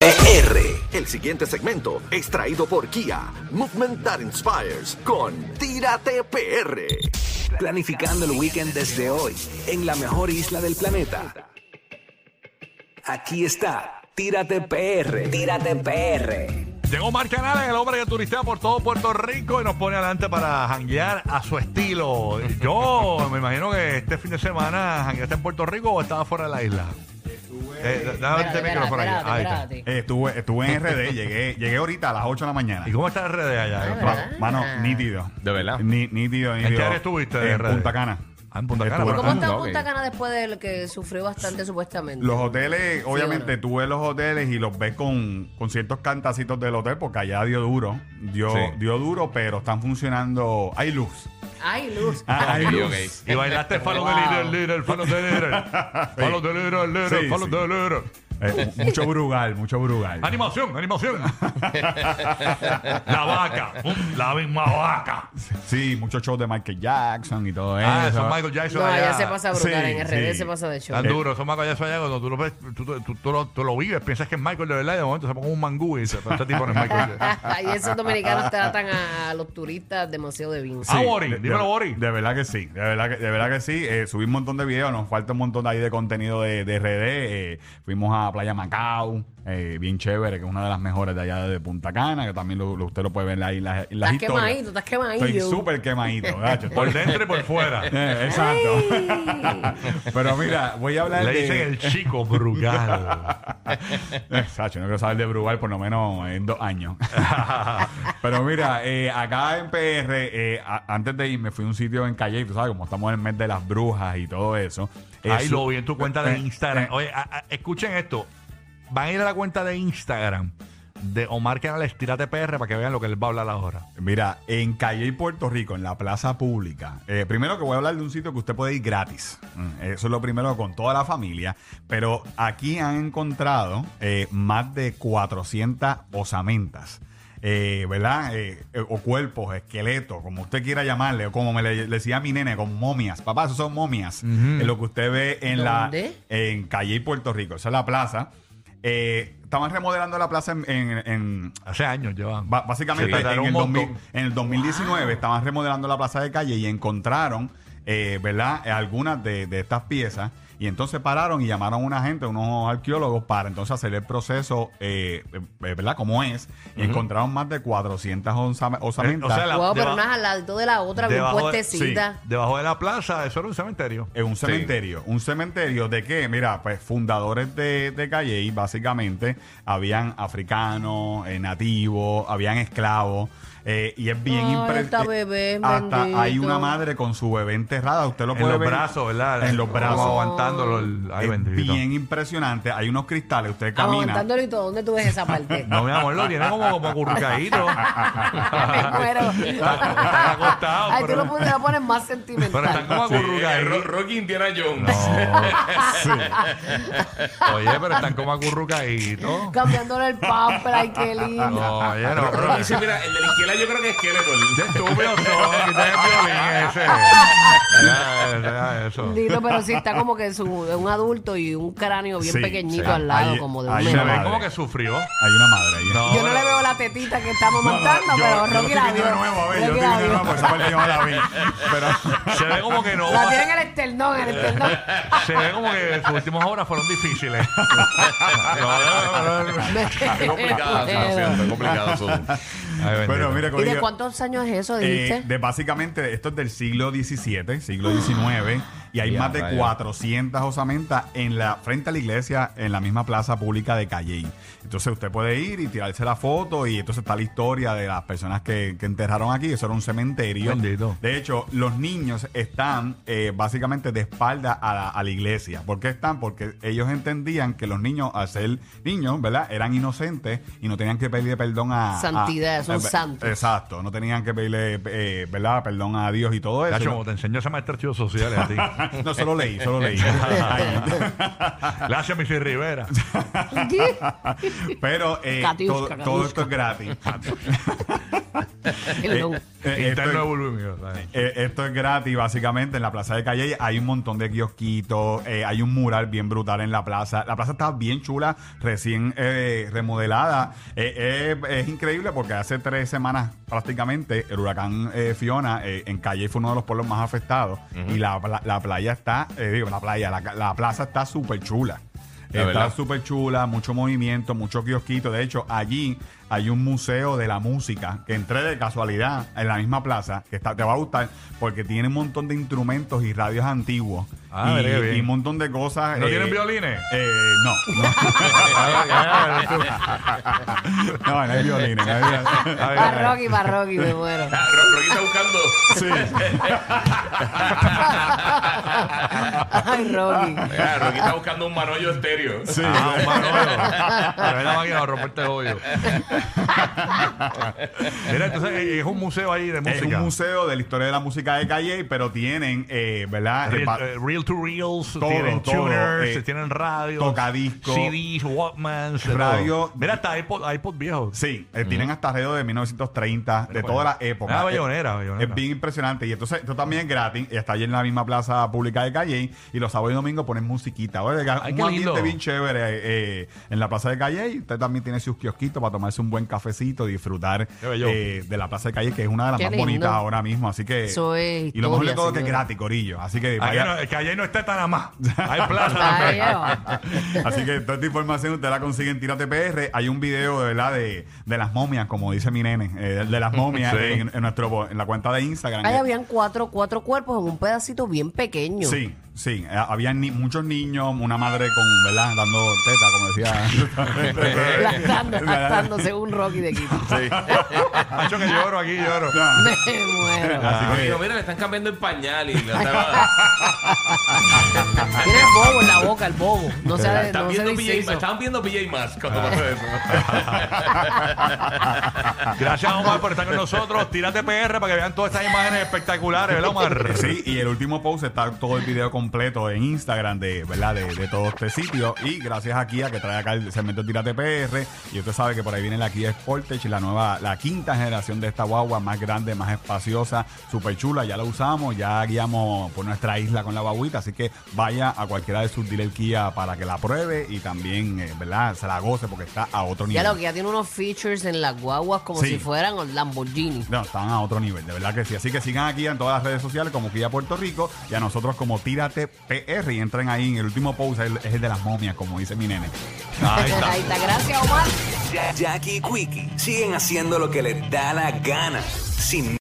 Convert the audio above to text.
E El siguiente segmento es traído por Kia, Movement That Inspires, con Tírate PR. Planificando el weekend desde hoy, en la mejor isla del planeta. Aquí está, Tírate PR, Tírate PR. Llegó Marc Canales, el hombre que turistea por todo Puerto Rico y nos pone adelante para janguear a su estilo. Yo me imagino que este fin de semana jangueaste en Puerto Rico o estabas fuera de la isla. Eh, da- dame este Espérate, micrófono ahí. espérate, Ahí está. espérate. Eh, estuve, estuve en RD, llegué, llegué ahorita a las 8 de la mañana. ¿Y cómo está el RD allá? Eh, Ah, Ma- ¿verdad? Mano, nítido. De verdad. Ni, nítido, nítido. qué área estuviste de En RD? Punta Cana. Ah, en Punta Cana, Estuve- pero- ¿Cómo está Ah, ok. Punta Cana después del que sufrió bastante supuestamente? Los hoteles, obviamente, bueno. tú ves los hoteles y los ves con, con ciertos cantacitos del hotel, porque allá dio duro. Dio, Sí. dio duro, pero están funcionando. Hay luz. Ay, luz. Ah, hay Ok, luz. ok. Y bailaste Follow Wow. the Leader, Leader, Follow the Leader. Follow the Leader, Leader, Sí, Follow sí. the Leader. Eh, mu- mucho brugal, mucho brugal. Animación, animación. La vaca, mm, la misma vaca. Sí, muchos shows de Michael Jackson y todo eso. Ah, eso es Michael Jackson No, allá. allá se pasa brutal, Sí, en RD sí. se pasa de show. Tan duro, son Michael Jackson allá, cuando tú lo ves, tú, tú- tú- tú lo, tú lo vives, piensas que es Michael de verdad y de momento se pone un mangú y dice, pero este tipo no es Michael Jackson. y esos dominicanos tratan a los turistas demasiado de bien. Sí, Ah, Boris, de- de- dímelo, Boris. De verdad que sí, de verdad que, de verdad que sí. Eh, subí un montón de videos, nos falta un montón de ahí de contenido de, de RD. eh, fuimos a Playa Macao, eh, bien chévere, que es una de las mejores de allá de Punta Cana, que también lo- lo- usted lo puede ver ahí en las, en las Estás historias. quemadito, estás quemadito. Estoy súper quemadito, gacho. Por dentro y por fuera. Eh, exacto. Pero mira, voy a hablar Le de... dicen el chico brugal. Eh, Sacho, no quiero saber de Brugal por lo menos en dos años. Pero mira, eh, acá en PR, eh, a- antes de irme fui a un sitio en Calle, tú sabes, como estamos en el mes de las brujas y todo eso. eh, Ahí su- lo vi en tu cuenta de eh, Instagram. eh, Oye, a- a- escuchen esto. Van a ir a la cuenta de Instagram de Omar Canales, Tírate PR, para que vean lo que les va a hablar ahora. Mira, en Calle, Puerto Rico, en la plaza pública, eh, primero que voy a hablar de un sitio que usted puede ir gratis. Mm, Eso es lo primero con toda la familia. Pero aquí han encontrado eh, más de 400 osamentas. eh, ¿Verdad? Eh, eh, o cuerpos, esqueletos, como usted quiera llamarle, o como me le, le decía a mi nene, con momias. Papá, eso son momias. Eh, lo que usted ve en ¿Dónde? la. En Calle y Puerto Rico. Esa es la plaza. Eh, estaban remodelando la plaza en- en- en, Hace años llevan. Ba- básicamente, Se tardaron en, el un montón. 2000 en el 2019 estaban remodelando la plaza de calle y encontraron, eh, ¿verdad?, Eh, algunas de, de estas piezas. Y entonces pararon y llamaron a una gente, unos arqueólogos, para entonces hacer el proceso, eh, eh, ¿verdad?, como es. Y encontraron más de 400 osame- osamentas. Eh, o sea, la- Wow, pero Deba- unas al lado de la otra, bien Debajo de- puestecita. Debajo de la plaza, eso era un cementerio. Es un cementerio. ¿Un cementerio de qué? Mira, pues fundadores de, de Calle, básicamente, habían africanos, eh, nativos, habían esclavos. eh, y es bien Ay, impre- hasta eh, bebé, bendito. Hasta hay una madre con su bebé enterrada. Usted lo En puede los ver. brazos, ¿verdad? En los Como brazos. Aguantándolo. el- Ay, Es bendito. bien impresionante. Hay unos cristales. Usted camina. Aguantándolo y todo, ¿dónde tú ves esa parte? No, mi amor, lo tiene como, como currucadito. Me muero. Están- están acostados, Ay, tú pero- lo pones, la pones más Pero están sentimental. como Sí, eh, acurrucaditos. Ro- Rocky Indiana Jones. Oye, pero están como acurrucaditos. Cambiándole el pamper, ay, qué lindo. No, oye, no, pero. Rocky, sí, mira, el de la izquierda yo creo que es Qué Skeletor. estúpido son, quita el violín ese. Ya, ya, eso. Dilo, pero sí está como que su, un adulto y un cráneo bien Sí, pequeñito sí. al lado, Ahí- como de un ahí Se Una menor. ve madre. como que sufrió. Hay una madre. ahí. No, Yo no le pero- veo la tetita que estamos No, no, montando, yo- pero yo Rocky lo la estoy vio. viendo de nuevo, a ver, yo Rocky estoy la viendo de vio. nuevo, pues. porque esa parte yo no la vi. Pero Se ve como que no. La tiene en el esternón, en el esternón. Se ve como que sus últimas horas fueron difíciles. No, no, no, no, no. Es complicado, sí, lo siento, es complicado. eso. Ay, Pero bendito. mira, ¿Y de corillo, cuántos años es eso, dijiste? Eh, de básicamente, esto es del siglo XVII, siglo XIX, y hay Ya, más de rayos. 400 osamentas en la, frente a la iglesia, en la misma plaza pública de Calley. Entonces usted puede ir y tirarse la foto, y entonces está la historia de las personas que, que enterraron aquí, eso era un cementerio. Bendito. De hecho, los niños están eh, básicamente de espalda a la, a la iglesia. ¿Por qué están? Porque ellos entendían que los niños, al ser niños, ¿verdad? Eran inocentes y no tenían que pedir perdón a... a- Santidad, son eh, santos. Exacto, no tenían que pedirle, eh, ¿verdad? Perdón a Dios y todo eso. Nacho, como te enseñó esa maestra de estudios sociales a ti. no, solo leí, solo leí. Gracias, Missy Rivera. Pero eh, Catiusca, catiusca. todo, todo esto es gratis. Perdón. Eh, esto, Interno de es, Bulbimio, ¿sabes? eh, esto es gratis, básicamente. En la plaza de Calle hay un montón de kiosquitos, eh, hay un mural bien brutal en la plaza. La plaza está bien chula, recién eh, remodelada. Eh, eh, es increíble porque hace tres semanas prácticamente el huracán eh, Fiona eh, en Calle fue uno de los pueblos más afectados y la, pla- la playa está, eh, digo, la playa, la, ca- la plaza está súper chula. La Está verdad. súper chula, mucho movimiento, mucho kiosquito. De hecho, allí hay un museo de la música que entré de casualidad en la misma plaza, que está, te va a gustar, porque tiene un montón de instrumentos y radios antiguos. Ah, y, mira qué bien. y un montón de cosas. ¿No eh, tienen violines? Eh, no, no. eh, no, no hay violines. no hay violines. Ay, ay, ay. Barroqui, Barroqui, me muero. Ah, Ro- Rocky está buscando. Ay, Rocky. Ah, Rocky está buscando un manollo estéreo. Sí. Ah, un manolo. Pero es la máquina para romperte el hoyo. Mira, entonces eh, es un museo ahí de Es música. un museo de la historia de la música de calle, pero tienen, eh, ¿verdad? Real, Repa- eh, Reel to reels, Todo, tienen todo, tuners, eh, tienen radios, tocadiscos, CDs, Walkmans, de radio- todo. Mira, hasta iPod, iPod viejo. Sí, eh, tienen hasta alrededor de 1930, de Pero toda bueno. la época. Ah, Eh, bayonera, bayonera. Es bien impresionante. Y entonces, esto también es gratis. Y Está allí en la misma plaza pública de Calle. Y los sábados y domingos ponen musiquita. Oye, un Ay, qué ambiente lindo. bien chévere eh, eh, en la plaza de Calle. Y usted también tiene sus kiosquitos para tomarse un buen cafecito, disfrutar Qué bello. eh, de la plaza de Calle, que es una de las Qué más lindo. bonitas ahora mismo. Así que. Eso es y lo mejor de historia, todo es que es señor. gratis, Corillo. Así que Aquí vaya- no- es Ah, que ayer no está tan a más. Hay plaza Ay, también. yo. Así que toda esta información usted la consigue en Tírate PR. Hay un video de verdad de, de las momias, como dice mi nene, eh, de, de las momias en, en nuestro en la cuenta de Instagram. Ahí Eh, habían cuatro, cuatro cuerpos en un pedacito bien pequeño. Sí, sí. Eh, Había ni- muchos niños, una madre con, ¿verdad? Dando teta, como decía. Lactando, lactándose un Rocky de equipo. Macho, que lloro aquí, lloro. Me muero. Así que- Digo, mira, le están cambiando el pañal y le estaba- Tiene el bobo en la boca, el bobo. No se, están no se viendo dice PJ eso. Masks. Estaban viendo PJ Masks cuando pasó eso. Gracias, Omar, por estar con nosotros. Tírate PR para que vean todas estas imágenes espectaculares, ¿verdad, Omar? Sí, y el último post está todo el video completo en Instagram de, ¿verdad? De, de todo este sitio. Y gracias a Kia que trae acá el segmento Tírate PR. Y usted sabe que por ahí viene la Kia Sportage, la nueva, la quinta generación de esta guagua, más grande, más espaciosa, súper chula. Ya la usamos, ya guiamos por nuestra isla con la guaguita. Así que vaya a cualquiera de sus dealer Kia para que la pruebe y también, eh, ¿verdad? Se la goce porque está a otro Ya nivel. lo que ya tiene unos features en las guaguas como Sí. si fueran Lamborghini. No, están a otro nivel, de verdad que sí. Así que sigan aquí en todas las redes sociales como Kia Puerto Rico y a nosotros como Tírate PR y entren ahí en el último post, es el, es el de las momias, como dice mi nene. Ahí está. Ahí está, gracias Omar. Ya- Jackie y Quickie siguen haciendo lo que les da la gana. Sin